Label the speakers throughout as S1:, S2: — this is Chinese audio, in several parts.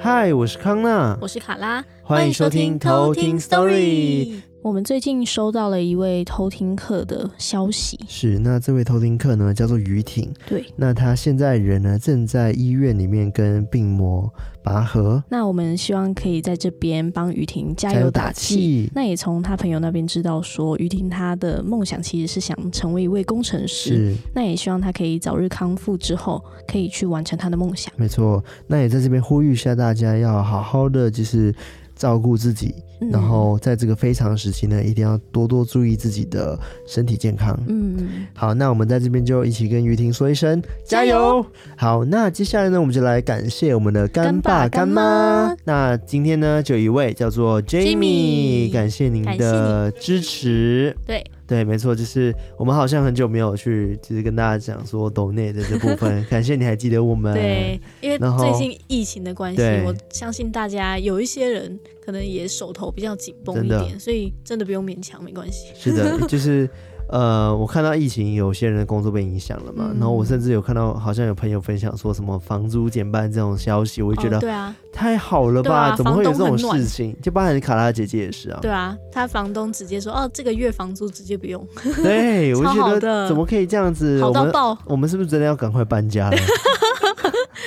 S1: 嗨，我是康娜，
S2: 我是卡拉，
S1: 欢迎收听偷听 Story。
S2: 我们最近收到了一位偷听客的消息，
S1: 是那这位偷听客呢叫做于挺，
S2: 对，
S1: 那他现在人呢正在医院里面跟病魔拔河，
S2: 那我们希望可以在这边帮雨婷加油打气。。那也从他朋友那边知道说，于婷她的梦想其实是想成为一位工程师，
S1: 是
S2: 那也希望她可以早日康复之后，可以去完成她的梦想。
S1: 没错，那也在这边呼吁一下大家，要好好的就是照顾自己，
S2: 嗯
S1: 然，后在这个非常时期呢，一定要多多注意自己的身体健康。
S2: 嗯，
S1: 好，那我们在这边就一起跟于婷说一声加油！好，那接下来呢，我们就来感谢我们的干爸
S2: 干爸
S1: 干妈。
S2: 干妈
S1: 那今天呢，就有一位叫做 Jamie，
S2: Jamie，
S1: 感谢您
S2: 感谢
S1: 的支持。
S2: 对，
S1: 对，没错，就是我们好像很久没有去，就是跟大家讲说抖内的这部 分，感谢你还记得我们。
S2: 对，因为
S1: 嗯然后
S2: 最近疫情的关系
S1: 对，
S2: 我相信大家有一些人可能也手头比较紧绷
S1: 真
S2: 一
S1: 的
S2: 点，所以真的不用勉强，没关系。
S1: 是的，就是呃，我看到疫情有些人的工作被影响了嘛，
S2: 嗯
S1: 然后我甚至有看到好像有朋友分享说什么房租减半这种消息，我就觉得
S2: 哦、对啊，
S1: 太好了吧？
S2: 对啊
S1: 怎么会有这
S2: 房东
S1: 种
S2: 很暖
S1: 事情？就包含卡拉姐姐也是啊。
S2: 对啊，他房东直接说，哦，这个月房租直接不用，
S1: 对，我就
S2: 超好
S1: 觉得
S2: 的
S1: 怎么可以这样子？
S2: 好
S1: 我
S2: 到
S1: 们
S2: 爆。
S1: 我们是不是真的要赶快搬家 了？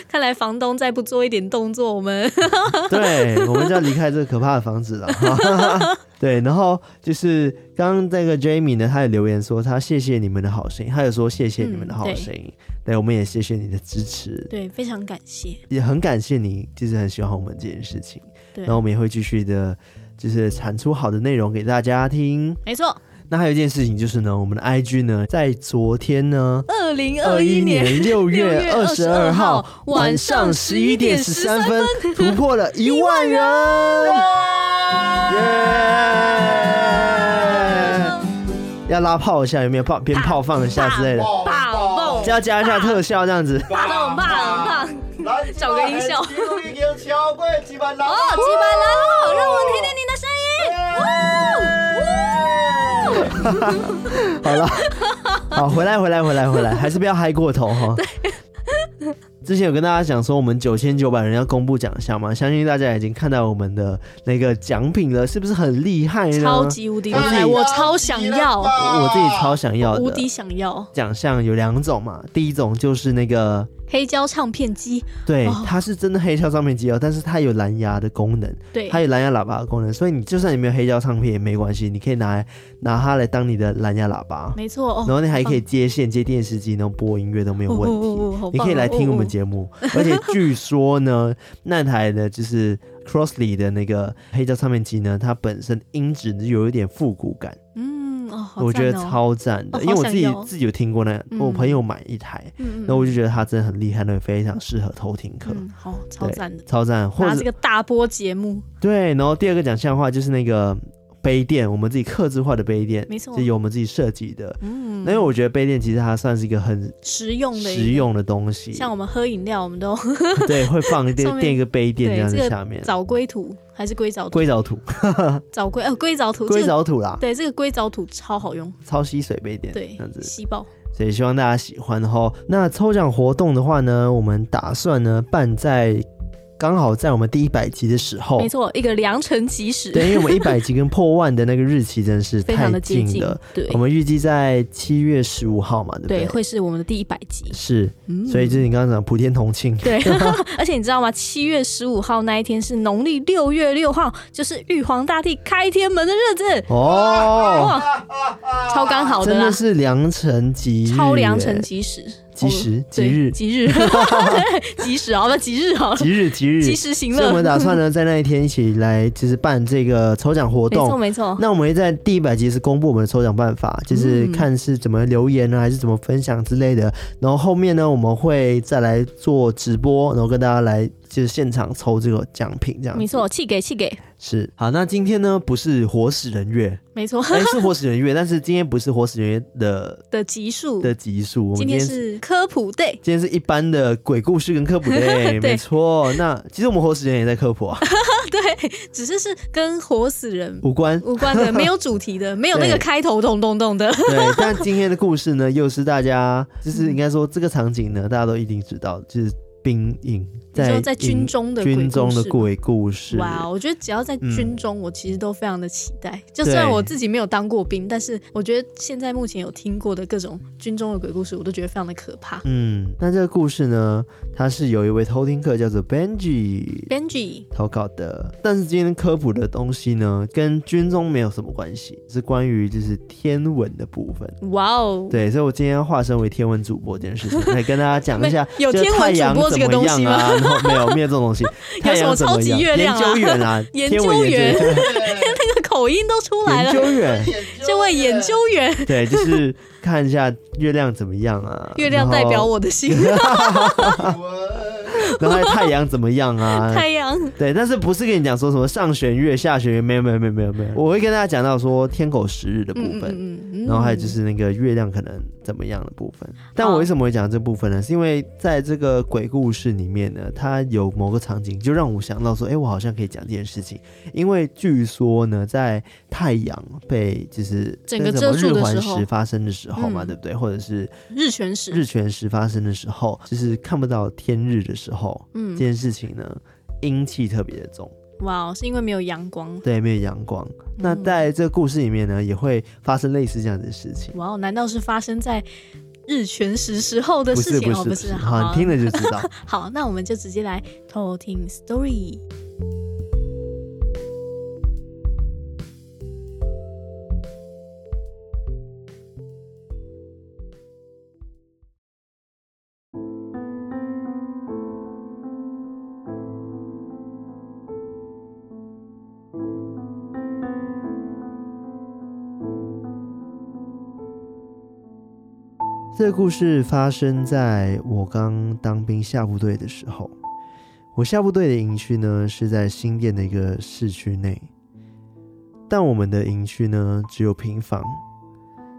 S2: 看来房东再不做一点动作，我们
S1: 对，我们就要离开这个可怕的房子了。对，然后就是刚刚那个 Jamie 呢，他也留言说他谢谢你们的好声音，他有说谢谢你们的好声音，对我们也谢谢你的支持，
S2: 嗯对非常感谢。
S1: 也很感谢你，就是很喜欢我们这件事情。
S2: 对
S1: 然后我们也会继续的，就是产出好的内容给大家听。
S2: 没错，
S1: 那还有一件事情就是呢，我们的 IG 呢，在昨天呢，
S2: 二零
S1: 二
S2: 二
S1: 一
S2: 一年
S1: 年六月二十二号晚
S2: 晚
S1: 上
S2: 上
S1: 十一
S2: 11
S1: 点
S2: 点
S1: 十
S2: 13
S1: 三分，突破了一万人，耶！要拉炮一下，有没有炮鞭炮放一下之类的？
S2: 棒棒
S1: 要加一下特效这样子。
S2: 棒棒棒！找个音效
S3: 哦
S2: 哦，击败了，让我听听你的声音。
S1: 好了， 好，回来，回来，回来，回来， 还是不要嗨过头哈。 之前有跟大家讲说，我们九千九百人要公布奖项嘛，相信大家已经看到我们的那个奖品了，是不是很厉害呢？
S2: 超级无敌厉
S1: 我自己
S2: 害，哎我超想要，
S1: 我，我自己超想要
S2: 无
S1: 的。
S2: 敌想要
S1: 奖项有两种嘛，第一种就是那个，
S2: 黑胶唱片机。
S1: 对，
S2: 哦
S1: 它是真的黑胶唱片机哦，但是它有蓝牙的功能，
S2: 对，
S1: 它有蓝牙喇叭的功能，所以你就算你没有黑胶唱片也没关系，你可以拿来拿它来当你的蓝牙喇叭。
S2: 没错
S1: 然后
S2: 哦。
S1: 你还可以接线、接电视机，然后播音乐都没有问题。
S2: 哦哦哦哦好棒哦
S1: 你可以来听我们节目，而且据说 呢，那台的就是 Crossley 的那个黑胶唱片机呢，它本身音质就有一点复古感，
S2: 嗯哦，好
S1: 我觉得
S2: 赞哦。
S1: 超赞的。
S2: 哦
S1: 因为我自
S2: 好想
S1: 己
S2: 要
S1: 自己有听过那，
S2: 嗯
S1: 我朋友买一台，
S2: 嗯
S1: 那、我就觉得它真的很厉害，那也非常适合偷听课。
S2: 嗯，好，超赞的。
S1: 超赞，或
S2: 拿这
S1: 者
S2: 个大波节目，
S1: 对，然后第二个奖项的话就是那个杯垫，我们自己刻制化的杯垫，
S2: 没错
S1: 就由我们自己设计的。
S2: 嗯，
S1: 那因为我觉得杯垫其实它算是一个很
S2: 实用的一个
S1: 实。用的东西，
S2: 像我们喝饮料，我们都
S1: 对会放一
S2: 上
S1: 垫
S2: 面
S1: 垫一个杯垫这
S2: 对
S1: 样
S2: 这
S1: 在
S2: 个
S1: 下面。
S2: 藻龟土还是硅藻土？
S1: 硅藻土，
S2: 藻龟呃硅藻土，
S1: 硅
S2: 这个
S1: 藻土啦，
S2: 对这个硅藻土超好用，
S1: 超吸水杯垫，
S2: 对
S1: 这样，子，
S2: 吸爆。
S1: 所以希望大家喜欢。然后，那抽奖活动的话呢，我们打算呢办在刚好在我们第一百集的时候
S2: 没，错，一个良辰吉时，
S1: 哦对，因为我们一百集跟破万的那个日期真是
S2: 非常
S1: 太
S2: 的接
S1: 近
S2: 近
S1: 了，。
S2: 对
S1: 我们预计在七月十五号嘛，对不
S2: 对，
S1: 对？
S2: 会是我们的第一百集。
S1: 是，
S2: 嗯
S1: 所以就是你刚刚讲普天同庆，
S2: 对，而且你知道吗？七月十五号那一天是农历六月六号，就是玉皇大帝开天门的日子，
S1: 哦，
S2: 哇，超刚好
S1: 真
S2: 啦
S1: 的，是良辰吉日，
S2: 超良辰吉时，
S1: 吉时
S2: 哦
S1: 吉日
S2: 对 吉日， 对吉时啊好吧，吉日 好了，
S1: 吉日吉日
S2: 及时行
S1: 所以我
S2: 乐
S1: 们，打算呢，在那一天一起来，就是办这个抽奖活
S2: 没错嗯
S1: 动。
S2: 没错，
S1: 那我们会在第一百集是公布我们的抽奖办法，就是看是怎么留言呢，啊还是怎么分享之类的。然后后面呢，我们会再来做直播，然后跟大家来就是现场抽这个奖品这样子。
S2: 没错，气给气给，
S1: 是好。那今天呢，不是活死人 月，
S2: 没错。
S1: 哎、是活死人月，但是今天不是活死人月的
S2: 的集数，
S1: 的集数，我们
S2: 今天
S1: 天
S2: 是科普 day，
S1: 今天是一般的鬼故事跟科普 day，
S2: 对
S1: 没错。那其实我们活死人也在科普啊，
S2: 对，只是是跟活死人
S1: 无关。
S2: 无 关的，没有主题的，没有那个
S1: 对
S2: 开头咚咚咚的，
S1: 对，但今天的故事呢，又是大家就是应该说这个场景呢，大家都一定知道，就是兵营
S2: 你
S1: 在
S2: 说在军
S1: 营
S2: 中的鬼
S1: 军中的
S2: 故事
S1: 鬼故事。哦
S2: 哇，哦我觉得只要在
S1: 嗯
S2: 军中，我其实都非常的期待。就虽然
S1: 对
S2: 我自己没有当过兵，但是我觉得现在目前有听过的各种军中的鬼故事，我都觉得非常的可怕。
S1: 嗯，那这个故事呢，它是有一位偷听客叫做 Benji
S2: Benji，
S1: 投稿的，但是今天科普的东西呢，跟军中没有什么关系，是关于就是天文的部分。
S2: 哇哦，
S1: 对，所以我今天化身为天文主播这件事情，来跟大
S2: ，
S1: 家讲一下
S2: 有
S1: 就是
S2: 天文
S1: 太阳
S2: 主播
S1: 怎
S2: 这个
S1: 么
S2: 东
S1: 样
S2: 西
S1: 啊？然后没有没有这种东 西，太
S2: 有什
S1: 阳
S2: 么
S1: 怎么
S2: 超级
S1: 样
S2: 月亮
S1: 研究
S2: 啊
S1: 员啊，
S2: 研
S1: 天文
S2: 究
S1: 研究员
S2: 那个口音都出 来
S1: 研
S2: 了。
S1: 究 员，
S2: 这位研究员，
S1: 对，就是看一下月亮怎么样啊，
S2: 月亮代表我的心，
S1: 然后，然后太阳怎么样啊？
S2: 太阳。嗯
S1: 对，但是不是跟你讲说什么上弦月、下弦月？没有没有没有没有没有，我会跟大家讲到说天狗食日的部
S2: 嗯嗯
S1: 分，
S2: 嗯嗯，
S1: 然后还有就是那个月亮可能怎么样的部分。但我为什么会讲这部分呢？是因为在这个鬼故事里面呢，它有某个场景就让我想到说，哎、我好像可以讲这件事情。因为据说呢，在太阳被就是
S2: 整个
S1: 那什么
S2: 遮住的
S1: 日环
S2: 时候
S1: 食发生的时候嘛，
S2: 嗯
S1: 对不对？或者是
S2: 日全食，
S1: 日全食发生的时候，就是看不到天日的时候，这
S2: 嗯，
S1: 件事情呢，阴气特别的重。
S2: 哇哦，是因为没有阳光。
S1: 对，没有阳光。那
S2: 嗯
S1: 在这个故事里面呢，也会发生类似这样的事情。
S2: 哇哦，难道是发生在日全食时候的
S1: 不
S2: 事
S1: 是
S2: 情？
S1: 不
S2: 哦，
S1: 是
S2: 不
S1: 不
S2: 是，
S1: 是，
S2: 好
S1: 好，你听了就 知道。
S2: 好，那我们就直接来偷听 story。
S1: 这个故事发生在我刚当兵下部队的时候。我下部队的营区呢是在新店的一个市区内，但我们的营区呢只有平房，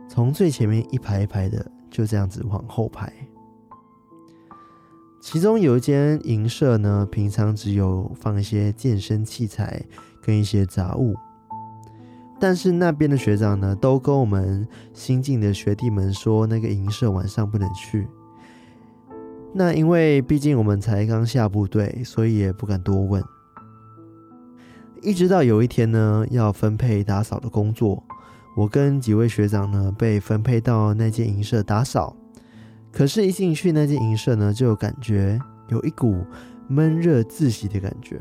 S1: 从最前面一排一排的就这样子往后排。其中有一间营舍呢，平常只有放一些健身器材跟一些杂物，但是那边的学长呢都跟我们新进的学弟们说，那个营舍晚上不能去。那因为毕竟我们才刚下部队，所以也不敢多问。一直到有一天呢，要分配打扫的工作，我跟几位学长呢被分配到那间营舍打扫。可是，一进去那间营舍呢，就有感觉有一股闷热窒息的感觉。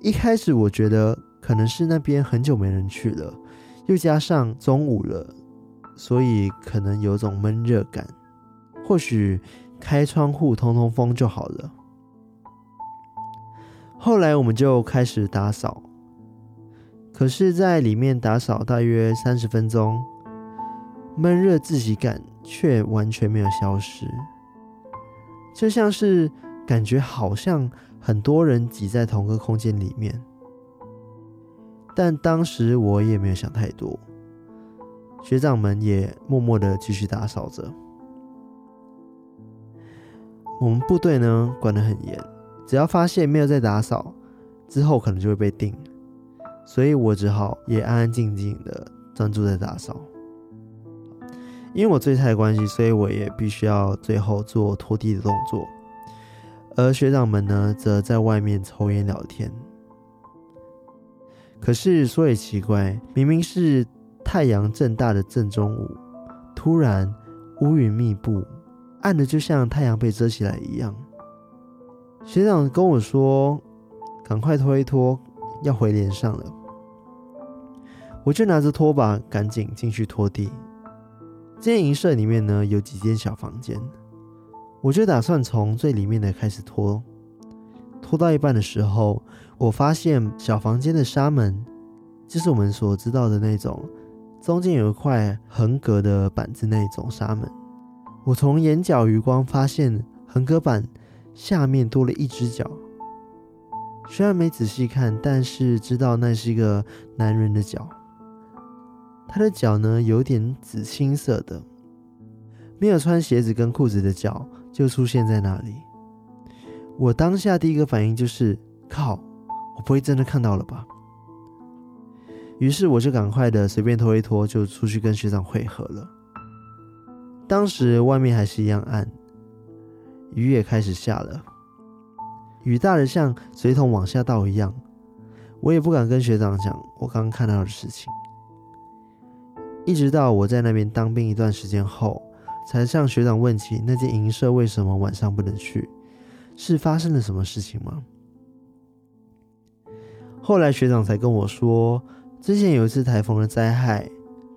S1: 一开始我觉得可能是那边很久没人去了，又加上中午了，所以可能有种闷热感。或许开窗户通通风就好了。后来我们就开始打扫，可是，在里面打扫大约三十分钟，闷热窒息感却完全没有消失，就像是感觉好像很多人挤在同个空间里面。但当时我也没有想太多，学长们也默默的继续打扫着。我们部队呢管得很严，只要发现没有在打扫，之后可能就会被定，所以我只好也安安静静的专注在打扫。因为我最菜的关系，所以我也必须要最后做拖地的动作，而学长们呢则在外面抽烟聊天。可是说也奇怪，明明是太阳正大的正中午，突然乌云密布，暗的就像太阳被遮起来一样。学长跟我说：“赶快拖一拖，要回连上了。”我就拿着拖把赶紧进去拖地。这间营舍里面呢有几间小房间，我就打算从最里面的开始拖。拖到一半的时候，我发现小房间的纱门，就是我们所知道的那种，中间有一块横格的板子那种纱门。我从眼角余光发现横格板下面多了一只脚。虽然没仔细看，但是知道那是一个男人的脚。他的脚呢，有点紫青色的，没有穿鞋子跟裤子的脚就出现在那里。我当下第一个反应就是：靠，我不会真的看到了吧？于是我就赶快的随便拖一拖，就出去跟学长会合了。当时外面还是一样暗，雨也开始下了，雨大的像水桶往下倒一样。我也不敢跟学长讲我刚刚看到的事情，一直到我在那边当兵一段时间后，才向学长问起那间营舍为什么晚上不能去，是发生了什么事情吗？后来学长才跟我说，之前有一次台风的灾害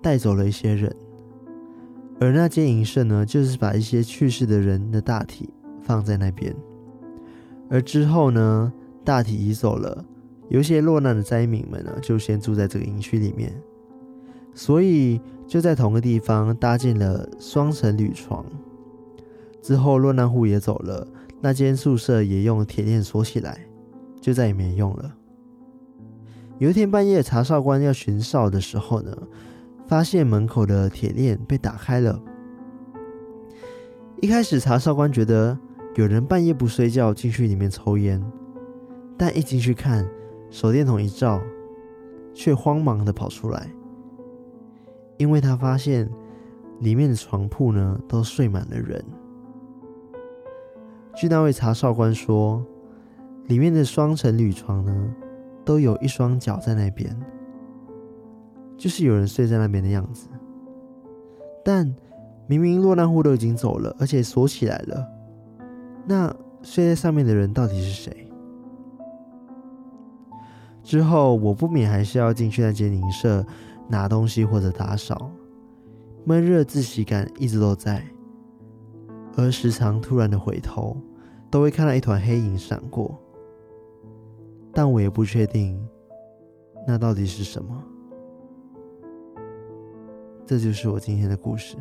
S1: 带走了一些人，而那间营舍呢，就是把一些去世的人的大体放在那边，而之后呢，大体移走了，有一些落难的灾民们呢，就先住在这个营区里面，所以就在同个地方搭建了双层铝床。之后落难户也走了，那间宿舍也用铁链锁起来，就再也没用了。有一天半夜，查哨官要巡哨的时候呢，发现门口的铁链被打开了。一开始，查哨官觉得有人半夜不睡觉进去里面抽烟，但一进去看，手电筒一照，却慌忙的跑出来，因为他发现里面的床铺呢都睡满了人。据那位查哨官说，里面的双层铝床呢都有一双脚在那边，就是有人睡在那边的样子。但明明落难户都已经走了，而且锁起来了，那睡在上面的人到底是谁？之后我不免还是要进去那间邻舍拿东西或者打扫，闷热窒息感一直都在，而时常突然的回头，都会看到一团黑影闪过。但我也不确定那到底是什么。这就是我今天的故事。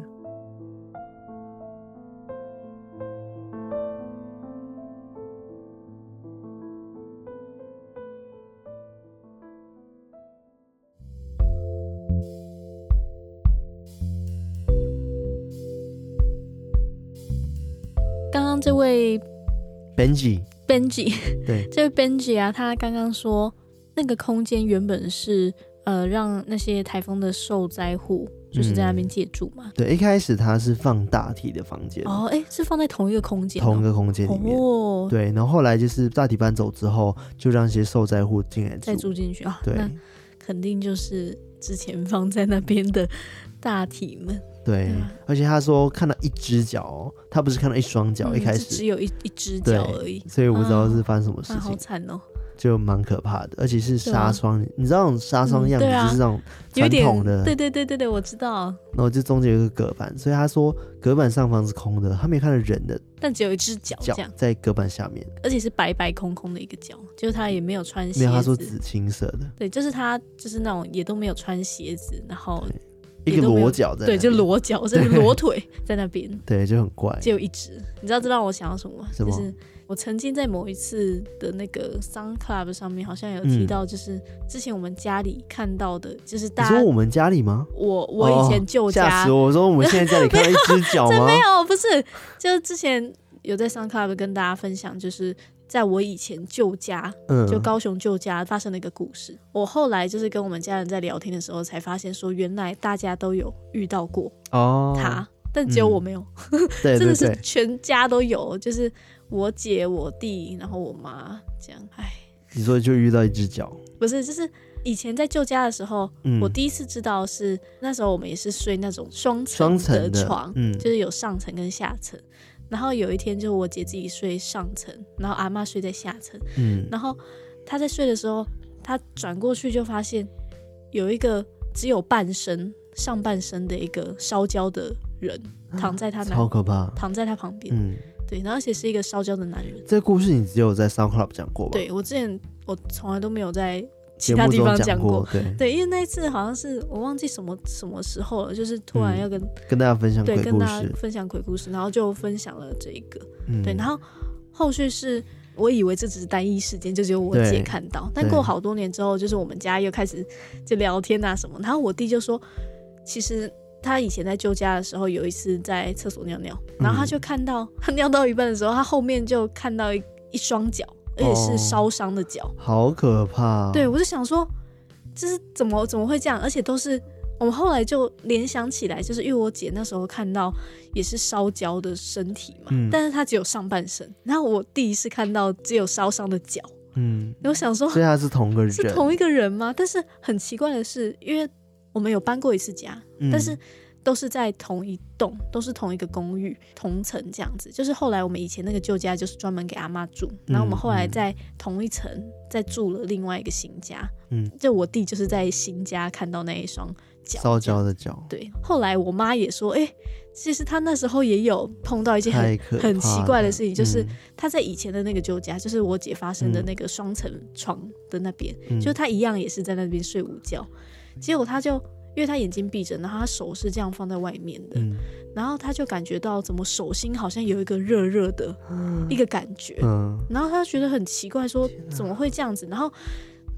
S2: 刚刚这位
S1: Benji，
S2: Benji，
S1: 对，
S2: 这位 Benji 啊，他刚刚说那个空间原本是呃让那些台风的受灾户
S1: 嗯
S2: 就是在那边借住嘛。
S1: 对，一开始他是放大体的房间，
S2: 哦，哎、是放在同一个空间、哦，
S1: 同一个空间里面。
S2: 哦，
S1: 对，然后后来就是大体搬走之后，就让一些受灾户进来
S2: 再
S1: 住。
S2: 住进去啊，
S1: 对
S2: 那肯定就是之前 放在那边的大体们，
S1: 对
S2: 对啊，
S1: 而且他说看到一只脚哦，他不是看到一双脚，
S2: 嗯
S1: 一开
S2: 是只
S1: 始，
S2: 有一一只脚
S1: 对
S2: 而已，
S1: 所以我不知道
S2: 啊
S1: 是发生什么事
S2: 啊，好
S1: 情，
S2: 惨哦，
S1: 就蛮可怕的，而且是
S2: 对啊
S1: 纱窗，你知道那种纱窗
S2: 嗯
S1: 样子
S2: 对啊
S1: 就是那种
S2: 有
S1: 传
S2: 点
S1: 统的，
S2: 对对对对对，我知道，
S1: 然后就中间有一个隔板，所以他说隔板上方是空的，他没有看到人的
S2: 但只有一只脚哦这
S1: 脚
S2: 样，
S1: 在隔板下面，
S2: 而且是白白空空的一个脚，就是他也没有穿鞋子，
S1: 没有他说紫青色的，
S2: 对，就是他就是那种也都没有穿鞋子，然后
S1: 一
S2: 也
S1: 个
S2: 都没有
S1: 裸脚在那
S2: 对
S1: 边，
S2: 就裸脚甚至裸腿在那边，
S1: 对，就很怪，
S2: 只有一只。你知道这让我想到什么吗？
S1: 什么
S2: 就是我曾经在某一次的那个 Sun Club 上面好像有
S1: 嗯
S2: 提到，就是之前我们家里看到的，就是
S1: 你
S2: 大
S1: 说
S2: 家
S1: 我们家里吗？哦
S2: 我我以前旧
S1: 吓
S2: 家、
S1: 死我！我说我们现在家里看到一只 脚吗？
S2: 没有，不是，就是之前有在 Sun Club 跟大家分享，就是在我以前旧家
S1: 嗯，
S2: 就高雄旧家发生了一个故事。我后来就是跟我们家人在聊天的时候，才发现说，原来大家都有遇到过
S1: 哦，
S2: 他，但只有
S1: 嗯
S2: 我没有，
S1: 对
S2: 真
S1: 对
S2: 的是
S1: 对，
S2: 全家都有，就是我姐、我弟，然后我妈这样。哎，
S1: 你说就遇到一只脚，
S2: 不是，就是以前在旧家的时候，
S1: 嗯，
S2: 我第一次知道是那时候我们也是睡那种双
S1: 双层
S2: 的床，
S1: 嗯，
S2: 就是有上层跟下层。然后有一天，就是我姐自己睡上层，然后阿妈睡在下层。
S1: 嗯，
S2: 然后她在睡的时候，她转过去就发现有一个只有半身、上半身的一个烧焦的人躺在她
S1: 啊超
S2: 那，
S1: 可怕，
S2: 躺在她旁边。
S1: 嗯，
S2: 对，然后而且是一个烧焦的男人。
S1: 这个故事你只有在 Sound Club 讲过吧？，
S2: 对我之前我从来都没有在其
S1: 节
S2: 他
S1: 目
S2: 地
S1: 中
S2: 方讲
S1: 过，对，
S2: 对，因为那一次好像是我忘记什么什么时候了，就是突然
S1: 嗯
S2: 要跟、
S1: 跟大家分享
S2: 对
S1: 鬼
S2: 跟
S1: 故
S2: 大家
S1: 事，
S2: 分享鬼故事，然后就分享了这一个。
S1: 嗯，
S2: 对，然后后续是我以为这只是单一事件，就只有我
S1: 对
S2: 姐看到。但
S1: 对
S2: 过好多年之后，就是我们家又开始就聊天啊什么，然后我弟就说，其实他以前在旧家的时候，有一次在厕所尿尿，
S1: 嗯
S2: 然后他就看到、他尿到一半的时候，他后面就看到一一双脚，而且
S1: 哦
S2: 是烧伤的脚。
S1: 好可怕、哦。
S2: 对，我就想说，这是怎么怎么会这样？而且都是我们后来就联想起来，就是因为我姐那时候看到也是烧焦的身体嘛，
S1: 嗯
S2: 但是她只有上半身，然后我第一次看到只有烧伤的脚，
S1: 嗯，
S2: 我想说
S1: 所以他 是同个人，
S2: 是同一个人吗？但是很奇怪的是，因为我们有搬过一次家，
S1: 嗯
S2: 但是都是在同一栋，都是同一个公寓、同层这样子。就是后来我们以前那个旧家就是专门给阿妈住，然后我们后来
S1: 嗯
S2: 在同一层再住了另外一个新家。
S1: 嗯，
S2: 就我弟就是在新家看到那一双 脚，
S1: 烧焦的脚，
S2: 对，后来我妈也说，哎、其实她那时候也有碰到一件很
S1: 太可怕
S2: 很奇怪的
S1: 了
S2: 事情，就是
S1: 嗯
S2: 她在以前的那个旧家，就是我姐发生的
S1: 嗯
S2: 那个双层床的那边，
S1: 嗯
S2: 就是她一样也是在那边睡午觉，结果她就因为她眼睛闭着，然后她手是这样放在外面的，
S1: 嗯
S2: 然后她就感觉到怎么手心好像有一个热热的一个感觉，
S1: 嗯
S2: 然后他觉得很奇怪，说怎么会这样子？然后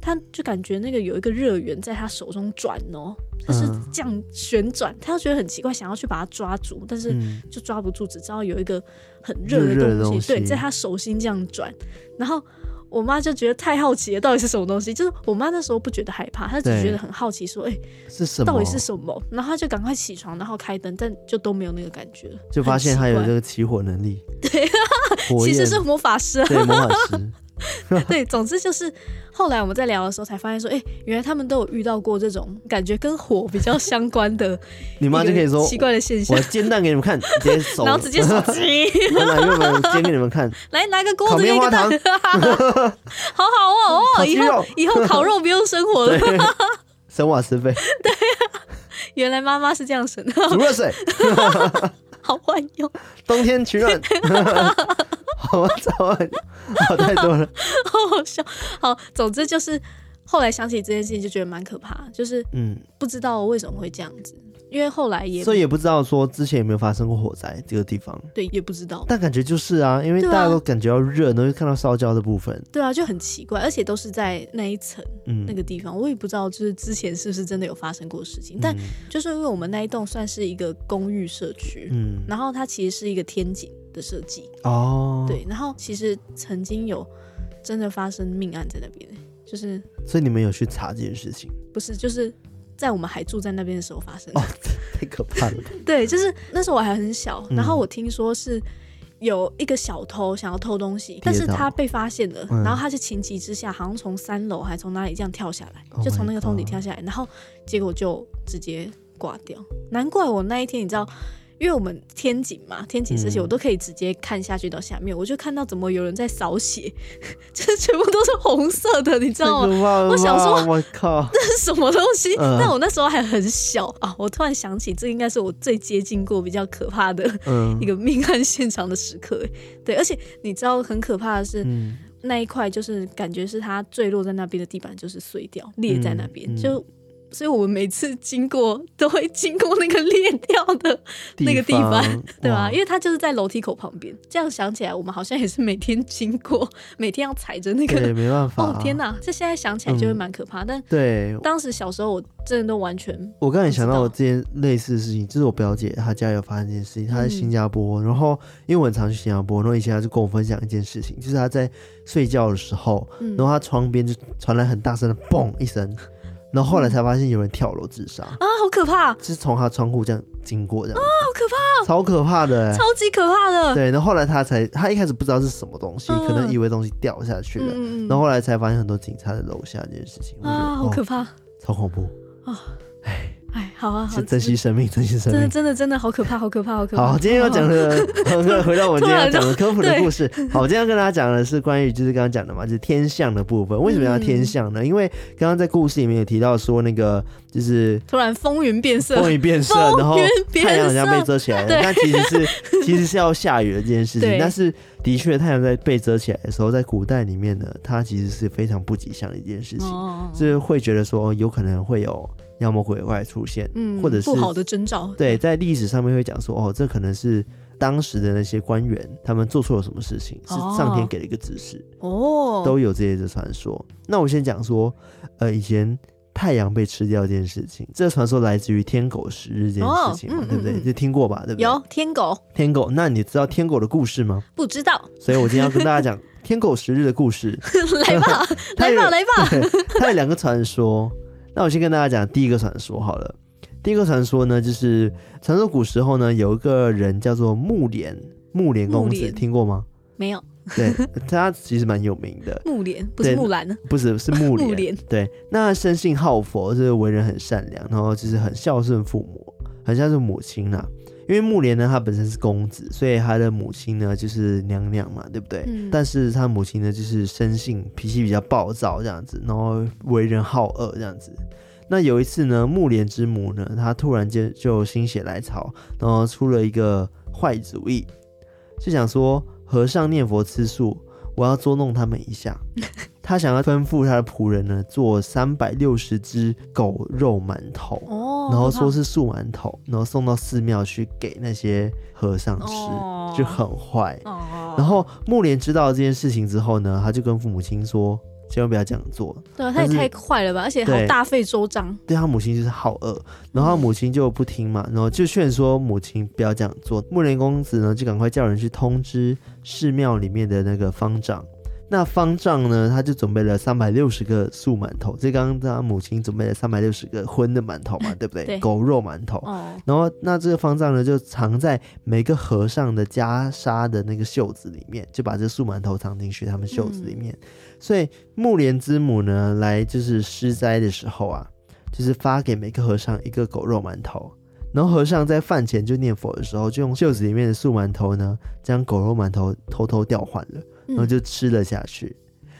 S2: 他就感觉那个有一个热源在他手中转哦，就是
S1: 嗯
S2: 这样旋转，他就觉得很奇怪，想要去把它抓住，但是
S1: 嗯，
S2: 就抓不住，只知道有一个很热
S1: 热热的
S2: 东
S1: 东
S2: 对，
S1: 西
S2: 在他手心这样转，然后。我妈就觉得太好奇了，到底是什么东西？就是我妈那时候不觉得害怕，她只
S1: 对
S2: 觉得很好奇，说：“哎、
S1: 是什么？
S2: 到底是什么？”然后她就赶快起床，然后开灯，但就都没有那个感觉了，
S1: 就发现他有
S2: 很
S1: 这
S2: 奇
S1: 个起火能力，对，
S2: 怪
S1: 火
S2: 其
S1: 焰
S2: 实是魔 法师啊
S1: 对魔法 师，
S2: 对，总之就是后来我们在聊的时候才发现说，哎、原来他们都有遇到过这种感觉跟火比较相关的
S1: 你
S2: 一
S1: 妈就可以
S2: 个
S1: 说
S2: 奇怪的现象
S1: 我，煎蛋给你们看，直接 手，
S2: 然后直接手机
S1: 我拿一份煎给你们 看，
S2: 来拿个锅
S1: 烤
S2: 子
S1: 棉
S2: 给
S1: 花
S2: 个蛋， 好好哦
S1: 烤
S2: 哦，
S1: 鸡
S2: 以后
S1: 肉
S2: 以后烤肉不用生火 了
S1: 对。，省瓦 斯费，
S2: 原来妈妈是这 样省的，
S1: 煮热水，
S2: 好万用，
S1: 冬天取 暖，好早晚，好太多了，
S2: 好好笑。好，总之就是后来想起这件事情就觉得蛮可怕，就是
S1: 嗯，
S2: 不知道为什么会这样子，因为后 来也
S1: 所以也不知道说之前有没有发生过火灾这个地方。
S2: 对也不知道，
S1: 但感觉就是啊，因为
S2: 对
S1: 大
S2: 啊
S1: 家都感觉到热，然后又看到烧焦的部分，
S2: 对啊，就很奇怪，而且都是在那一层。
S1: 嗯，
S2: 那个地方，我也不知道，就是之前是不是真的有发生过事情。但
S1: 嗯
S2: 就是因为我们那一栋算是一个公寓社区，
S1: 嗯
S2: 然后它其实是一个天井的设计，
S1: 哦，，
S2: 对。然后其实曾经有真的发生命案在那边，就是
S1: 所以你们有去查这件事情，
S2: 不是就是在我们还住在那边的时候发生的。
S1: 哦太可 怕了吧，
S2: 对，就是那时候我还很小，
S1: 嗯
S2: 然后我听说是。有一个小偷想要偷东西，但是他被发现了，
S1: 嗯
S2: 然后他就情急之下，好像从三楼还从哪里这样跳下来
S1: Oh
S2: 就从那个
S1: my
S2: 通底
S1: God
S2: 跳下来，然后结果就直接挂掉。难怪我那一天，你知道，因为我们天井嘛，天井设计
S1: 嗯
S2: 我都可以直接看下去到下面，我就看到怎么有人在扫血， 就是全部都是红色的，你知
S1: 太
S2: 道
S1: 可
S2: 吗？
S1: 怕了吧，
S2: 我想说
S1: 我靠，
S2: 这 是什么东西？
S1: 嗯
S2: 但我那时候还很小啊，我突然想起，这应该是我最接近过比较可怕的
S1: 嗯
S2: 一个命案现场的时刻。欸对，而且你知道很可怕的是，
S1: 嗯，
S2: 那一块就是感觉是它坠落在那边的地板就是碎掉、裂在那边，
S1: 嗯
S2: 就所以我们每次经过都会经过那个裂掉 的，那个地方对吧、
S1: 哇
S2: 因为它就是在楼梯口旁边。这样想起来，我们好像也是每天经过，每天要踩着那
S1: 对，
S2: 个。
S1: 没办法，啊
S2: 哦天，哪！这现在想起来就会蛮可怕，但
S1: 对
S2: 当时小时候我真的都完全
S1: 我刚才
S2: 不知
S1: 想到
S2: 道
S1: 我之前类似的事情，就是我表姐她家有发生这件事情，她在
S2: 嗯
S1: 新加坡，然后因为我很常去新加坡，然后以前她就跟我分享一件事情，就是她在睡觉的时候，
S2: 嗯
S1: 然后她窗边就传来很大声的“嘣”一声，然后后来才发现有人跳楼自杀，
S2: 啊，好可怕，好
S1: 就是从她窗户这样经过这样，
S2: 哦可怕，
S1: 超可怕的、欸。
S2: 超级可怕的。
S1: 对，然后后来她才，她一开始不知道是什么东西，
S2: 嗯
S1: 可能以为东西掉下去了，
S2: 嗯嗯嗯
S1: 然后后来才发现很多警察在楼下这件事情，我觉得、
S2: 啊，好可
S1: 哦、
S2: 怕！
S1: 超恐怖，
S2: 哎，好啊，好
S1: 是，珍惜生命，珍惜生
S2: 真
S1: 命
S2: 的。真的真的好可怕，好可怕，好可怕。
S1: 好，今天要讲 的， 回到我们今天要讲的科普的故事。好，我今天要跟大家讲的是关于就是刚刚讲的嘛，就是天象的部分。为什么
S2: 嗯
S1: 要天象呢？因为刚刚在故事里面有提到说，那个就是
S2: 突然风云变色，
S1: 风雨变色，
S2: 风云
S1: 然后
S2: 变色
S1: 太阳好像被遮起来了，
S2: 对
S1: 但其实是 其实是要下雨的这件事情。
S2: 对
S1: 但是的确，太阳在被遮起来的时候，在古代里面呢，它其实是非常不吉祥的一件事情，
S2: 哦，
S1: 就是会觉得说哦有可能会有妖魔鬼怪出现，
S2: 嗯，
S1: 或者是
S2: 不好的征兆，
S1: 对，在历史上面会讲说，哦，这可能是当时的那些官员他们做错了什么事情，是
S2: 哦
S1: 上天给了一个指示，
S2: 哦，
S1: 都有这些的传说。那我先讲说，呃，以前太阳被吃掉这件事情，这个传说来自于天狗食日这件
S2: 哦
S1: 事情嘛，
S2: 嗯
S1: 对不
S2: 嗯
S1: 对？
S2: 嗯
S1: 就听过吧，对不对？
S2: 有天狗，
S1: 天狗，那你知道天狗的故事吗？
S2: 不知道，
S1: 所以我今天要跟大家讲 天狗食日的故事。
S2: 来吧，
S1: 它
S2: 来
S1: 有
S2: 吧，来吧，
S1: 对， 它有两个传说。那我先跟大家讲第一个传说好了。第一个传说呢，就是传说古时候呢，有一个人叫做木莲，木莲公
S2: 木
S1: 子，
S2: 莲
S1: 听过吗？
S2: 没有
S1: 对，他其实蛮有名的，
S2: 木莲，不是
S1: 对
S2: 木兰呢，
S1: 不是是木莲。
S2: 木莲
S1: 对，那生性好佛，就是为人很善良，然后就是很孝顺父母，很孝顺母亲啦、因为木莲呢，他本身是公子，所以他的母亲呢就是娘娘嘛，对不对？
S2: 嗯
S1: 但是他母亲呢，就是生性脾气比较暴躁这样子，然后为人好恶这样子。那有一次呢，木莲之母呢，她突然间就心血来潮，然后出了一个坏主意，就想说和尚念佛吃素，我要捉弄他们一 下。她想要吩咐她的仆人呢，做三百六十只狗肉馒头，
S2: 哦，
S1: 然后说是素馒头，然后送到寺庙去给那些和尚吃，
S2: 哦
S1: 就很坏。
S2: 哦，
S1: 然后木莲知道这件事情之后呢，他就跟父母亲说，千万不要这样做。
S2: 对啊，他也
S1: 但是
S2: 太坏了吧，而且好
S1: 对
S2: 大费周章，
S1: 对他母亲就是好恶，然后他母亲就不听嘛，然后就劝说母亲不要这样做。木莲公子呢，就赶快叫人去通知寺庙里面的那个方丈。那方丈呢，他就准备了三百六十个素馒头，这刚刚他母亲准备了三百六十个荤的馒头嘛，对不对？
S2: 对
S1: 狗肉馒头。
S2: 哦，
S1: 然后，那这个方丈呢，就藏在每个和尚的袈裟的那个袖子里面，就把这素馒头藏进去他们袖子里面。所以木莲之母呢，来就是施斋的时候啊，就是发给每个和尚一个狗肉馒头。然后和尚在饭前就念佛的时候，就用袖子里面的素馒头呢，将狗肉馒头偷偷调换了，然后
S2: 嗯，
S1: 就吃了下去。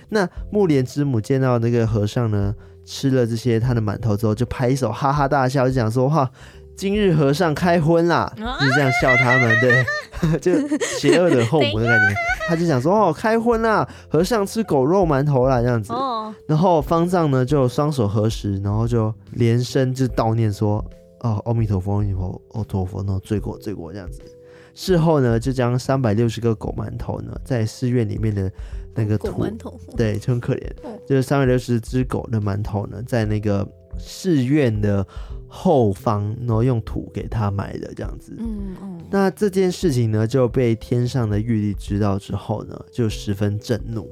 S1: 那木莲之母见到那个和尚呢，吃了这些他的馒头之后，就拍手哈哈大笑，就讲说：“哈，今日和尚开荤啦！”
S2: 啊
S1: 就是这样笑他们，对， 就邪恶的后母的感觉。他就想说：“哦，开荤啦，和尚吃狗肉馒头啦，这样子。”
S2: 哦，
S1: 然后方丈呢就双手合十，然后就连声就悼念说：“哦，阿弥陀佛，阿弥陀佛，哦，陀佛，那罪过，罪过。”这样子。事后呢，就将三百六十个狗馒头呢，在寺院里面的那个
S2: 狗
S1: 土
S2: 馒头，
S1: 对，就很可怜
S2: 嗯，
S1: 就是三百六十只狗的馒头呢，在那个寺院的后方，然后用土给它埋的这样子。
S2: 嗯嗯，
S1: 那这件事情呢，就被天上的玉帝知道之后呢，就十分震怒，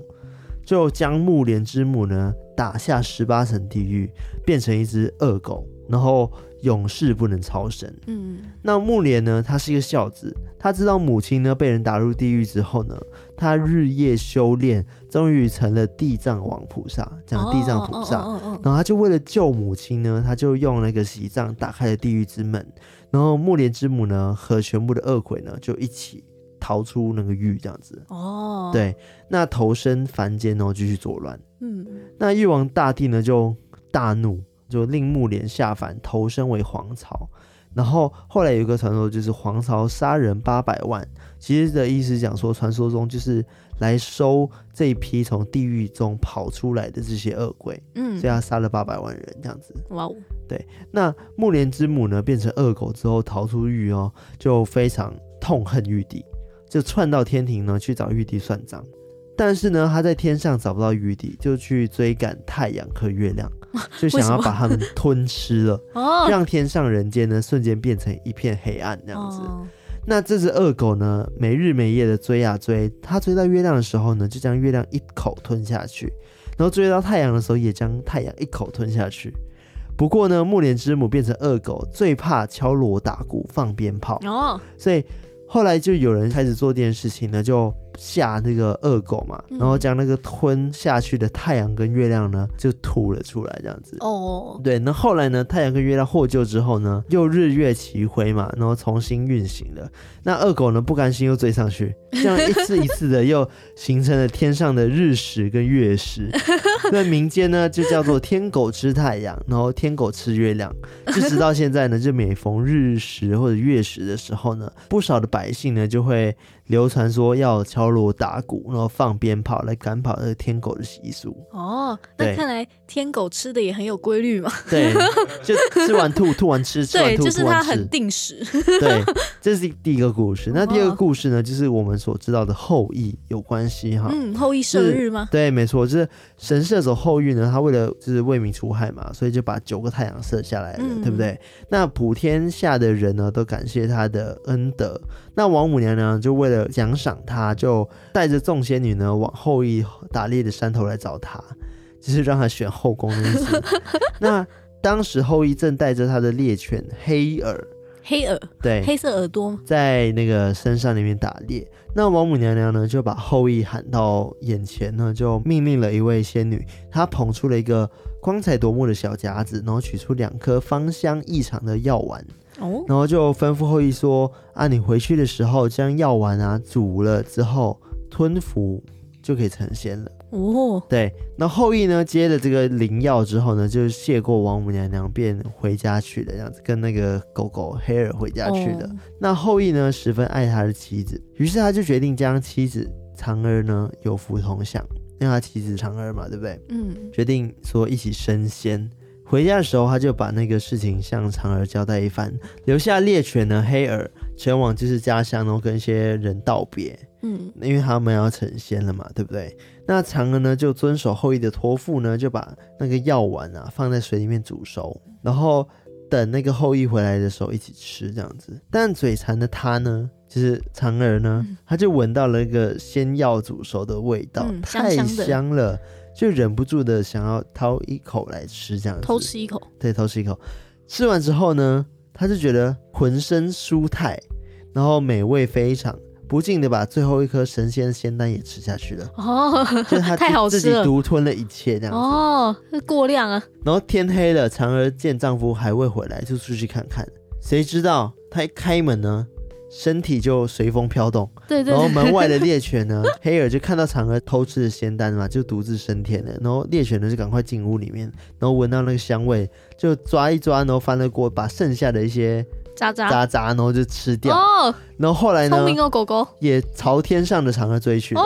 S1: 就将木莲之母呢打下十八层地狱，变成一只恶狗，然后永世不能超生。
S2: 嗯，
S1: 那木莲呢，他是一个孝子，他知道母亲呢被人打入地狱之后呢，他日夜修炼，终于成了地藏王菩萨，讲地藏菩萨。
S2: 哦，哦哦哦
S1: 然后他就为了救母亲呢，他就用那个喜杖打开了地狱之门，然后木莲之母呢和全部的恶鬼呢就一起逃出那个狱，这样子。
S2: 哦，
S1: 对，那投身凡间然后继续作乱。
S2: 嗯，
S1: 那玉皇大帝呢就大怒，就令木莲下凡投身为皇朝。然后后来有一个传说，就是皇朝杀人八百万，其实的意思讲说，传说中就是来收这一批从地狱中跑出来的这些恶鬼，
S2: 嗯，
S1: 所以他杀了八百万人这样子。
S2: 哇哦，
S1: 那木莲之母呢，变成恶狗之后逃出狱哦，就非常痛恨玉帝，就窜到天庭呢去找玉帝算账。但是呢，他在天上找不到玉帝，就去追赶太阳和月亮，就想要
S2: 为什么
S1: 把他们吞吃了，
S2: 哦，
S1: 让天上人间呢瞬间变成一片黑暗这
S2: 这
S1: 样子。那这只恶狗呢，没日没夜的追啊追，它追到月亮的时候呢，就将月亮一口吞下去，然后追到太阳的时候，也将太阳一口吞下去。不过呢，木莲之母变成恶狗，最怕敲锣打鼓、放鞭炮，
S2: 哦，
S1: 所以后来就有人开始做这件事情呢，就吓那个恶狗嘛，
S2: 嗯
S1: 然后将那个吞下去的太阳跟月亮呢，就吐了出来，这样子。
S2: 哦，
S1: 对，那后来呢？太阳跟月亮获救之后呢，又日月齐辉嘛，然后重新运行了。那恶狗呢，不甘心又追上去，这样一次一次的又形成了天上的日食跟月食。那民间呢，就叫做天狗吃太阳，然后天狗吃月亮。就直到现在呢，就每逢日食或者月食的时候呢，不少的百姓呢就会流传说要敲锣打鼓，然后放鞭炮来赶跑那个天狗的习俗。
S2: 哦，那
S1: 对
S2: 看来天狗吃的也很有规律嘛。
S1: 对，就吃完吐，吐完吃，吃完
S2: 对，
S1: 吐，
S2: 就是
S1: 吐
S2: 它
S1: 完
S2: 很
S1: 吃。
S2: 定时。
S1: 对，这是第一个故事。那第二个
S2: 哦
S1: 故事呢，就是我们所知道的后羿有关系哈。
S2: 嗯，后羿射日吗？
S1: 对，没错，就是神射手后羿呢，他为了就是为民除害嘛，所以就把九个太阳射下来了，
S2: 嗯
S1: 对不对？那普天下的人呢，都感谢他的恩德。那王母娘娘就为了奖赏他，就带着众仙女呢，往后羿打猎的山头来找他，就是让他选后宫这件 事。那当时后羿正带着他的猎犬黑耳，
S2: 黑耳，
S1: 对，
S2: 黑色耳朵吗？
S1: 在那个深山里面打猎。那王母娘娘呢，就把后羿喊到眼前呢，就命令了一位仙女，她捧出了一个光彩夺目的小夹子，然后取出两颗芳香异常的药丸，
S2: 哦，
S1: 然后就吩咐后羿说：“啊，你回去的时候将药丸啊煮了之后吞服，就可以成仙了。”
S2: 哦，
S1: 对，那后羿呢接了这个灵药之后呢，就谢过王母娘娘，便回家去了，这样子跟那个狗狗黑尔回家去了。
S2: 哦
S1: 那后羿呢十分爱他的妻子，于是他就决定将妻子嫦娥呢有福同享，因为他妻子嫦娥嘛，对不对？
S2: 嗯，
S1: 决定说一起升仙。回家的时候，他就把那个事情向嫦娥交代一番，留下猎犬呢黑尔前往就是家乡，然后跟一些人道别。
S2: 嗯，
S1: 因为他们要成仙了嘛，对不对？那嫦娥呢，就遵守后羿的托付呢，就把那个药丸啊放在水里面煮熟，然后等那个后羿回来的时候一起吃这样子。但嘴馋的她呢，就是嫦娥呢，她就闻到了一个仙药煮熟的味道，
S2: 嗯香
S1: 太
S2: 香的
S1: 香了，就忍不住的想要掏一口来吃这样子，
S2: 偷吃一口，。
S1: 对，偷吃一口。吃完之后呢，他就觉得浑身舒泰，然后美味非常，不禁的把最后一颗神仙仙丹也吃下去了
S2: 哦，
S1: 就是他
S2: 太
S1: 自
S2: 好
S1: 自
S2: 吃
S1: 己
S2: 了，
S1: 独吞了一切这样子。
S2: 哦，过量啊，
S1: 然后天黑了，嫦娥见丈夫还未回来，就出去看看。谁知道她一开门呢，身体就随风飘动，
S2: 对对
S1: 然后
S2: 对，
S1: 门外的猎犬呢， 黑尔就看到嫦娥偷吃的仙丹嘛，就独自升天了。然后猎犬呢就赶快进屋里面，然后闻到那个香味，就抓一抓，然后翻了锅，把剩下的一些
S2: 渣渣，
S1: 渣渣，然后就吃掉。
S2: 哦，
S1: 然后后来呢
S2: 聪，明哦，狗狗，
S1: 也朝天上的嫦娥追去。
S2: 哦，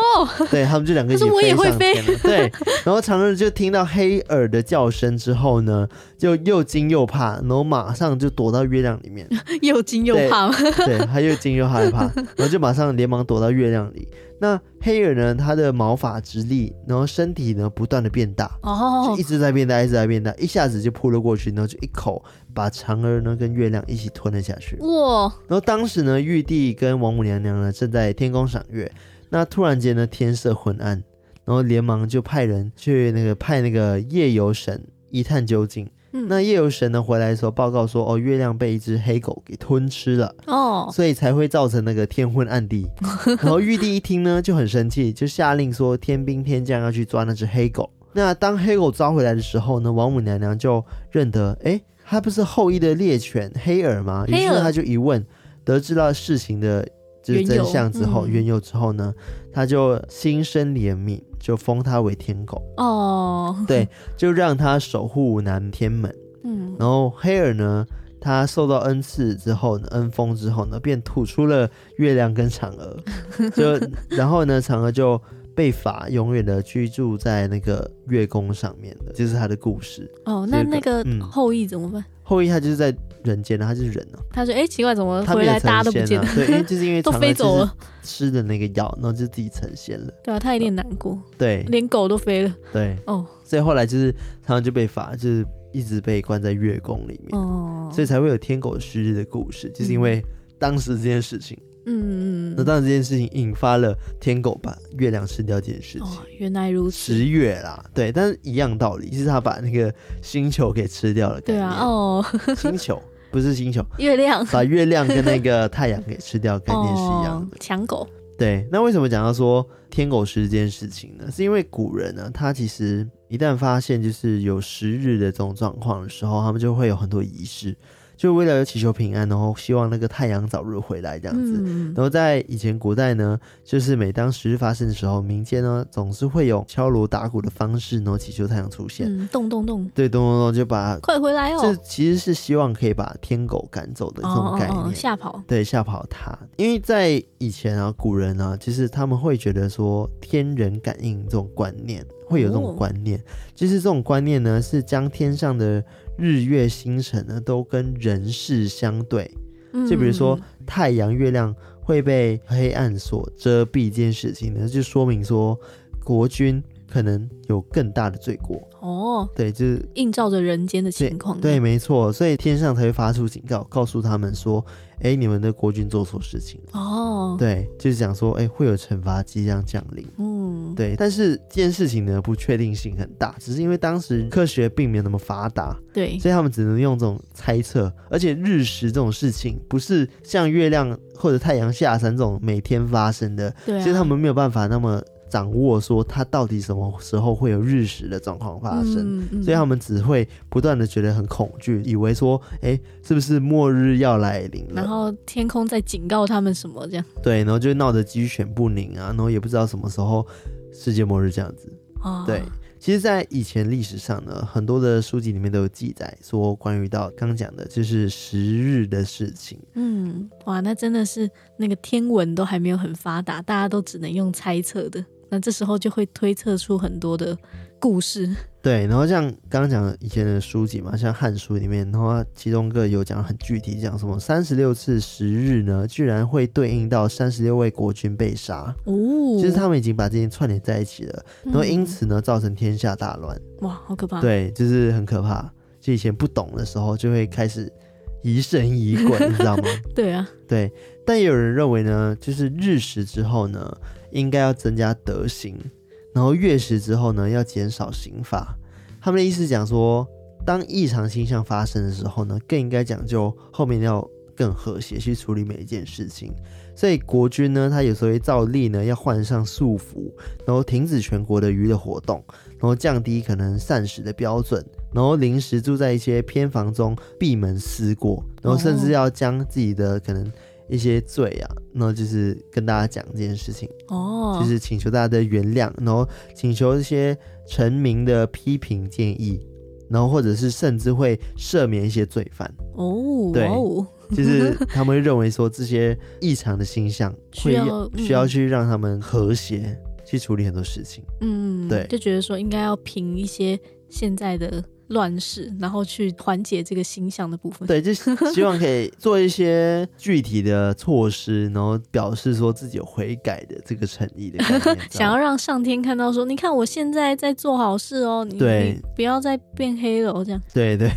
S1: 对他们就两个一起
S2: 可是我
S1: 飞
S2: 也会
S1: 上天 了。对，然后嫦娥就听到黑耳的叫声之后呢，就又惊又怕，然后马上就躲到月亮里面。
S2: 又惊又
S1: 对
S2: 怕嘛，
S1: 对，他又惊又害怕，然后就马上连忙躲到月亮里。那黑人呢，他的毛发直立，然后身体呢不断的变大，就
S2: 哦
S1: 一，直在变大，一直在变大，一下子就扑了过去，然后就一口把嫦娥呢跟月亮一起吞了下去。
S2: 哇，
S1: 然后当时呢，玉帝跟王母娘娘呢正在天宫赏月，那突然间呢天色昏暗，然后连忙就派人去那个派那个夜游神一探究竟。
S2: 嗯
S1: 那夜游神呢回来的时候报告说，哦，月亮被一只黑狗给吞吃了。
S2: 哦，
S1: 所以才会造成那个天昏暗 地。然后玉帝一听呢，就很生气，就下令说天兵天将要去抓那只黑狗。那当黑狗抓回来的时候呢，王母娘娘就认得，诶，它不是后羿的猎犬黑耳吗？于
S2: 黑
S1: 是
S2: 耳
S1: 她就一问，得知到事情的就是
S2: 缘由
S1: 真相之后，
S2: 嗯
S1: 缘由之后呢，她就心生怜悯，就封它为天 狗，
S2: 哦，
S1: 对，就让它守护南天门。
S2: 嗯，
S1: 然后黑尔呢，他受到恩赐之后呢，恩封之后呢，便吐出了月亮跟嫦娥， 就然后呢，嫦娥就被罚永远的居住在那个月宫上面的，这、就是他的故事。
S2: 哦，那
S1: 这
S2: 那
S1: 个
S2: 个
S1: 嗯
S2: 后羿怎么办？
S1: 后羿他就是在人间的，他就是人啊，
S2: 他说，哎，奇怪，怎么
S1: 他
S2: 回
S1: 没
S2: 来
S1: 有
S2: 大家都
S1: 成
S2: 不
S1: 仙
S2: 见
S1: 啊
S2: 了，，
S1: 对，因为就是 因为
S2: 都
S1: 嫦娥
S2: 飞走
S1: 就是
S2: 了，
S1: 吃的那个药，然后就自己成仙了。
S2: 对啊，他一定难过，
S1: 对
S2: 连狗都飞了，
S1: 对，
S2: 哦，
S1: 所以后来就是嫦娥就被罚，就是一直被关在月宫里面。
S2: 哦，
S1: 所以才会有天狗食日的故事，就是因
S2: 嗯
S1: 为当时这件事情。
S2: 嗯嗯
S1: 那
S2: 嗯，
S1: 当然，这件事情引发了天狗把月亮吃掉这件事情。
S2: 哦，原来如此，
S1: 十月啦，对，但是一样道理，就是他把那个星球给吃掉了。
S2: 对啊，，哦，
S1: 星球不是星球，
S2: 月亮，
S1: 把月亮跟那 个太阳给吃掉，概念是一样
S2: 哦
S1: 的。，
S2: 抢狗，
S1: 对，那为什么讲到说天狗食日这件事情呢？是因为古人呢、他其实一旦发现就是有食日的这种状况的时候，他们就会有很多仪式，就为了祈求平安，然后希望那个太阳早日回来这样子。
S2: 嗯
S1: 然后在以前古代呢，就是每当时日发生的时候，民间呢总是会用敲锣打鼓的方式，然后祈求太阳出现。
S2: 嗯，动动动，
S1: 对，咚咚咚，就把
S2: 快回来
S1: 这
S2: 哦！
S1: 其实是希望可以把天狗赶走的这
S2: 哦
S1: 种概念。
S2: 哦哦，吓跑，
S1: 对，吓跑它。因为在以前啊，古人啊，其实他们会觉得说天人感应这种观念，会有这
S2: 哦
S1: 种观念。其实这种观念呢，是将天上的日月星辰呢，都跟人事相对。
S2: 嗯
S1: 就比如说太阳、月亮会被黑暗所遮蔽这件事情呢，就说明说国君可能有更大的罪过。
S2: 哦，
S1: 对，就是
S2: 映照着人间的情况，
S1: 对，没错，所以天上才会发出警告，告诉他们说，哎，你们的国君做错事情了。
S2: 哦，
S1: 对，就是讲说，哎，会有惩罚即将降临。
S2: 嗯，
S1: 对，但是这件事情呢，不确定性很大，只是因为当时科学并没有那么发达，
S2: 对，
S1: 所以他们只能用这种猜测。而且日食这种事情，不是像月亮或者太阳下山这种每天发生的，
S2: 对啊，
S1: 所以他们没有办法那么掌握说它到底什么时候会有日食的状况发生。
S2: 嗯，嗯
S1: 所以他们只会不断的觉得很恐惧，以为说，哎，是不是末日要来临了？
S2: 然后天空在警告他们什么这样
S1: 对，然后就闹得鸡犬不宁啊，然后也不知道什么时候世界末日这样子。
S2: 啊？
S1: 对，其实，在以前历史上呢，很多的书籍里面都有记载说，关于到刚讲的就是十日的事情。
S2: 嗯，哇，那真的是那个天文都还没有很发达，大家都只能用猜测的。那这时候就会推测出很多的故事。
S1: 对，然后像刚刚讲的以前的书籍嘛，像《汉书》里面，然后它其中一个有讲很具体，讲什么三十六次十日呢，居然会对应到三十六位国君被杀，
S2: 哦，
S1: 其实他们已经把这些串联在一起了，然后因
S2: 嗯啊
S1: 此呢，造成天下大乱。
S2: 哇，好可怕。
S1: 对，就是很可怕。就以前不懂的时候，就会开始疑神疑鬼，你知道吗？
S2: 对啊，
S1: 对。但也有人认为呢，就是日食之后呢，应该要增加德行，然后月食之后呢，要减少刑罚。他们的意思讲说，当异常现象发生的时候呢，更应该讲究后面要更和谐去处理每一件事情。所以国君呢，他有时候会照例呢要换上束服，然后停止全国的娱乐活动，然后降低可能膳食的标准，然后临时住在一些偏房中闭门思过，然后甚至要将自己的可能一些罪啊，然后就是跟大家讲这件事情，
S2: 哦，
S1: 就是请求大家的原谅，然后请求一些臣民的批评建议，然后或者是甚至会赦免一些罪 犯。
S2: 哦，
S1: 对
S2: 哇哦，
S1: 就是他们会认为说这些异常的星象
S2: 需
S1: 会
S2: 要
S1: 要
S2: 嗯
S1: 需要去让他们和谐去处理很多事 情。
S2: 嗯，
S1: 对
S2: 就觉得说应该要凭一些现在的乱世，然后去缓解这个星象的部分。，。
S1: 对，就是希望可以做一些具体的措施，然后表示说自己有悔改的这个诚意的概念
S2: 想要让上天看到说，你看我现在在做好事哦，你
S1: 对
S2: 你不要再变黑了哦，这样
S1: 对对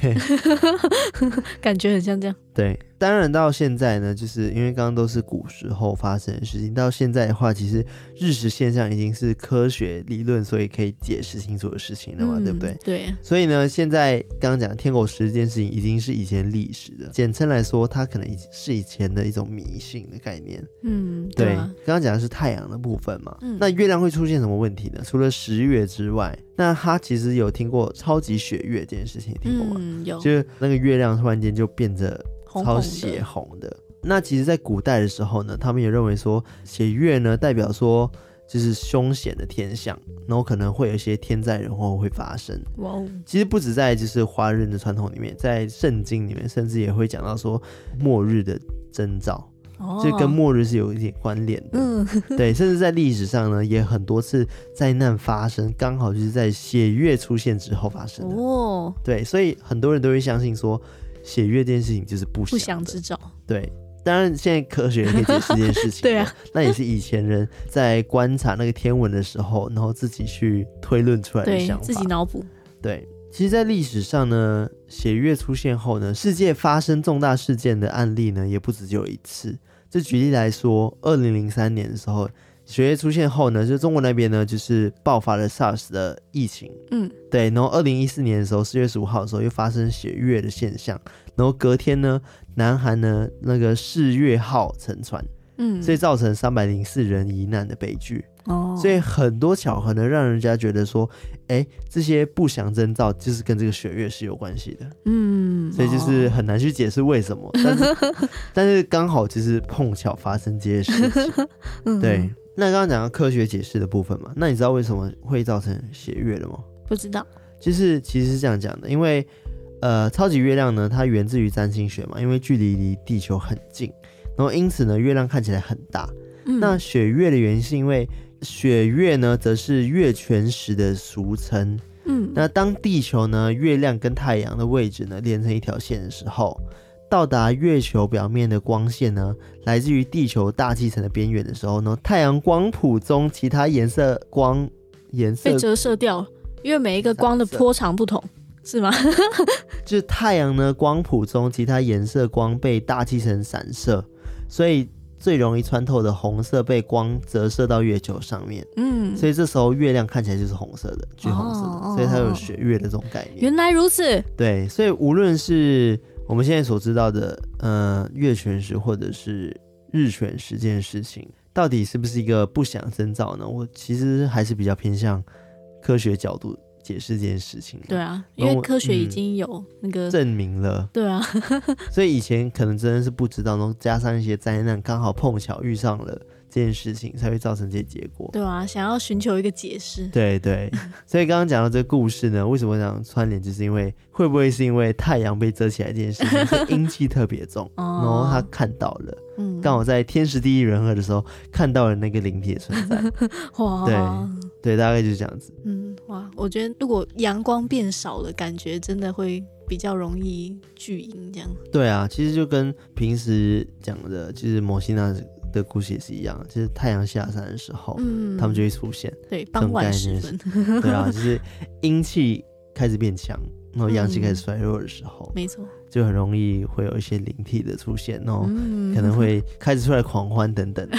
S2: 感觉很像这样。
S1: 对，当然到现在呢，就是因为刚刚都是古时候发生的事情，到现在的话，其实日食现象已经是科学理论，所以可以解释清楚的事情了嘛，啊对不对
S2: 嗯？？对，
S1: 所以呢，现在刚刚讲天狗食这件事情已经是以前历史的，简称来说，它可能已经是以前的一种迷信的概念。
S2: 嗯，
S1: 对，
S2: 啊
S1: 刚刚讲的是太阳的部分嘛，
S2: 嗯
S1: 那月亮会出现什么问题呢？除了十月之外，那他其实有听过超级血月这件事情，听过吗？
S2: 嗯，有
S1: 就是那个月亮突然间就变得
S2: 红
S1: 啊
S2: 红
S1: 超啊
S2: 的
S1: 血红的。那其实，在古代的时候呢，他们也认为说，血月呢代表说就是凶险的天象，然后可能会有一些天灾人祸会发生。
S2: 哇哦，
S1: 其实不止在就是华人的传统里面，在圣经里面，甚至也会讲到说末日的征兆，
S2: 哦
S1: 就跟末日是有一点关联的。
S2: 嗯
S1: 对，甚至在历史上呢，也很多次灾难发生，刚好就是在血月出现之后发生的。
S2: 哦，
S1: 对，所以很多人都会相信说，血月这件事情就是不祥
S2: 不
S1: 的
S2: 祥之兆，
S1: 对。当然，现在科学也可以解释这件事情。
S2: 对啊，
S1: 那也是以前人在观察那个天文的时候，然后自己去推论出来的
S2: 对
S1: 想法。
S2: 自己脑补，
S1: 对，其实，在历史上呢，血月出现后呢，世界发生重大事件的案例呢，也不止只有一次。就举例来说，二零零三年的时候，血月出现后呢，就中国那边呢，就是爆发了 SARS 的疫情。
S2: 嗯，
S1: 对，然后二零一四年的时候，四月十五号的时候又发生血月的现象，然后隔天呢，南韩呢那个世越号沉船，
S2: 嗯，
S1: 所以造成三百零四人罹难的悲剧。
S2: 哦，
S1: 所以很多巧合呢，让人家觉得说，哎、这些不祥征兆就是跟这个血月是有关系的，
S2: 嗯，
S1: 所以就是
S2: 哦
S1: 很难去解释为什么。 但是但是刚好就是碰巧发生这些事情。
S2: 嗯
S1: 对，那刚刚讲到科学解释的部分嘛，那你知道为什么会造成血月了吗？
S2: 不知道，
S1: 就是其实是这样讲的，因为呃，超级月亮呢，它源自于占星学嘛，因为距离离地球很近，然后因此呢，月亮看起来很大。
S2: 嗯
S1: 那雪月的原因是因为雪月呢，则是月全食的俗称。
S2: 嗯
S1: 那当地球呢，月亮跟太阳的位置呢连成一条线的时候，到达月球表面的光线呢，来自于地球大气层的边缘的时候呢，太阳光谱中其他颜色光颜色
S2: 被折射掉了，因为每一个光的
S1: 散射
S2: 波长不同，是吗？
S1: 就是太阳呢，光谱中其他颜色光被大气层散射，所以最容易穿透的红色被光折射到月球上面，
S2: 嗯，
S1: 所以这时候月亮看起来就是红色的，橘红色的，
S2: 哦
S1: 所以它有血月的这种概念。
S2: 原来如此，
S1: 对，所以无论是我们现在所知道的，呃，月全食或者是日全食这件事情，到底是不是一个不祥征兆呢？我其实还是比较偏向科学角度解释这件事情的，
S2: 对啊，因
S1: 然后
S2: 为
S1: 我
S2: 科学已
S1: 嗯
S2: 经有那个，
S1: 证明了。
S2: 对啊，
S1: 所以以前可能真的是不知道，然后加上一些灾难，刚好碰巧遇上了这件事情，才会造成这些结果。
S2: 对啊，想要寻求一个解释，，
S1: 对对，所以刚刚讲到这个故事呢，为什么想串联，就是因为会不会是因为太阳被遮起来这件事情，所以阴气特别重然后他
S2: 哦，
S1: 看到了，
S2: 嗯
S1: 刚好在天时地利人和的时候看到了那个灵体的存在。
S2: 哇，
S1: 对对，大概就是这样子。
S2: 嗯，哇，我觉得如果阳光变少了，感觉真的会比较容易聚阴这样。
S1: 对啊，其实就跟平时讲的，就是摩西娜的故事也是一样，就是太阳下山的时候，
S2: 嗯，
S1: 他们就会出现。
S2: 对
S1: 种
S2: 傍晚
S1: 概
S2: 时
S1: 念
S2: 分，
S1: 对啊，就是阴气开始变强，然后阳气开
S2: 嗯
S1: 始衰弱的时候，
S2: 没错，
S1: 就很容易会有一些灵体的出现，然后
S2: 嗯，
S1: 可能会开始出来狂欢等 等的。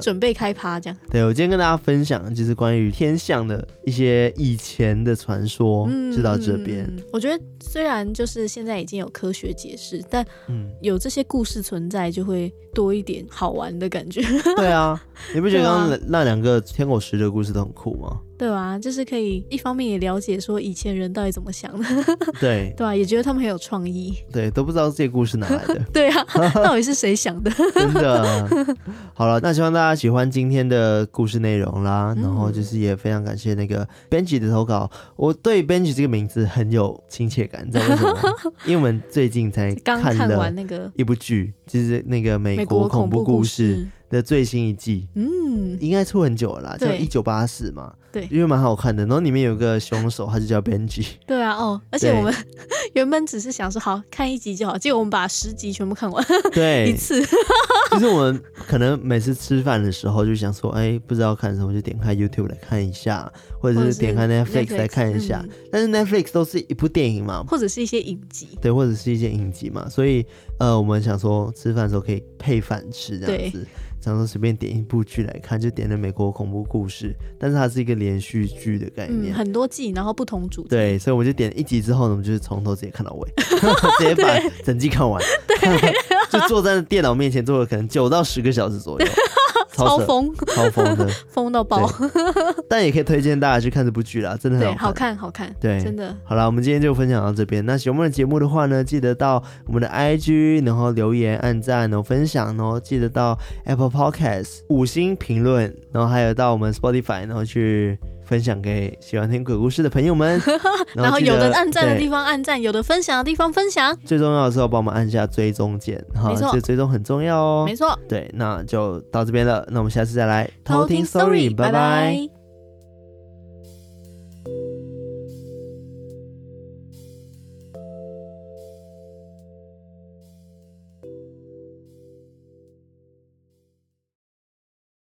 S2: 准备开 趴这样。
S1: 对我今天跟大家分享的就是关于天象的一些以前的传说，就到这边。
S2: 嗯我觉得虽然就是现在已经有科学解释，但
S1: 嗯，
S2: 有这些故事存在，就会多一点好玩的感觉，
S1: 对啊，你不觉得
S2: 对啊
S1: 刚刚那两个天狗食的故事都很酷吗？
S2: 对吧、就是可以一方面也了解说以前人到底怎么想的，
S1: 对
S2: 对吧、啊也觉得他们很有创意，
S1: 对，都不知道这些故事哪来的。
S2: 对 啊，到底是谁想的？
S1: 真的。好了，那希望大家喜欢今天的故事内容啦。
S2: 嗯
S1: 然后就是也非常感谢那个 Benji 的投稿，我对 Benji 这个名字很有亲切感，你知道为什 么吗？因为我们最近才
S2: 刚
S1: 看
S2: 看
S1: 了
S2: 完那个
S1: 一部剧，就是那个美
S2: 美
S1: 国
S2: 国
S1: 恐
S2: 恐
S1: 怖
S2: 怖
S1: 故
S2: 故
S1: 事
S2: 事，
S1: 的最新一季。
S2: 嗯，
S1: 应该出很久了啦，叫《
S2: 对
S1: 一九八四》嘛，
S2: 对
S1: 因为蛮好看的。然后里面有个凶手，他就叫 Benji，
S2: 对啊，哦，而且
S1: 对
S2: 我们 原本只是想说好看一集就好，结果我们把十集全部看完 一
S1: 对，
S2: 次。
S1: 就是我们可能每次吃饭的时候就想说，哎、不知道看什么，就点开 YouTube 来看一下，或
S2: 或
S1: 者
S2: 者
S1: 是
S2: 是
S1: 点开 Netflix
S2: Netflix，
S1: 来看一下。
S2: 嗯
S1: 但是 Netflix 都是一部电影嘛，
S2: 或者是一些影集，
S1: 对，或者是一些影集嘛，所以呃，我们想说吃饭的时候可以配饭吃这样子，想说随便点一部剧来看，就点了《美国恐怖故事》，但是它是一个连续剧的概
S2: 嗯，
S1: 念。
S2: 很多季，然后不同主题，
S1: 对，所以我就点了一集之后呢，我们就是从头直接看到 尾，直接把整季看完，就坐在电脑面前坐了可能九到十个小时 左右，
S2: 超
S1: 扯
S2: 疯，
S1: 超疯 的，
S2: 疯到爆，
S1: 但也可以推荐大家去看这部剧啦， 真的
S2: 对，
S1: 很
S2: 好
S1: 好看。
S2: 看，好看，
S1: 对
S2: 真的，
S1: 好啦，我们今天就分享到这边。那喜欢我们的节目的话呢，记得到我们的 IG，然后留言、按赞，然后分享，然后记得到 Apple Podcast 五星评论，然后还有到我们 Spotify，然后去分享给喜欢听鬼故事的朋友们。
S2: 然后
S1: 记
S2: 有
S1: 得
S2: 的按赞的地
S1: 方，
S2: 方按赞，有的分享的地方分享，
S1: 最重要的是要帮我们按下追踪键，哈
S2: 没，错
S1: 这追踪很重要哦
S2: 没。错，
S1: 对，那就到这边了，那我们下次再来
S2: 偷听 story，
S1: 拜
S2: 拜
S1: 拜
S2: 拜。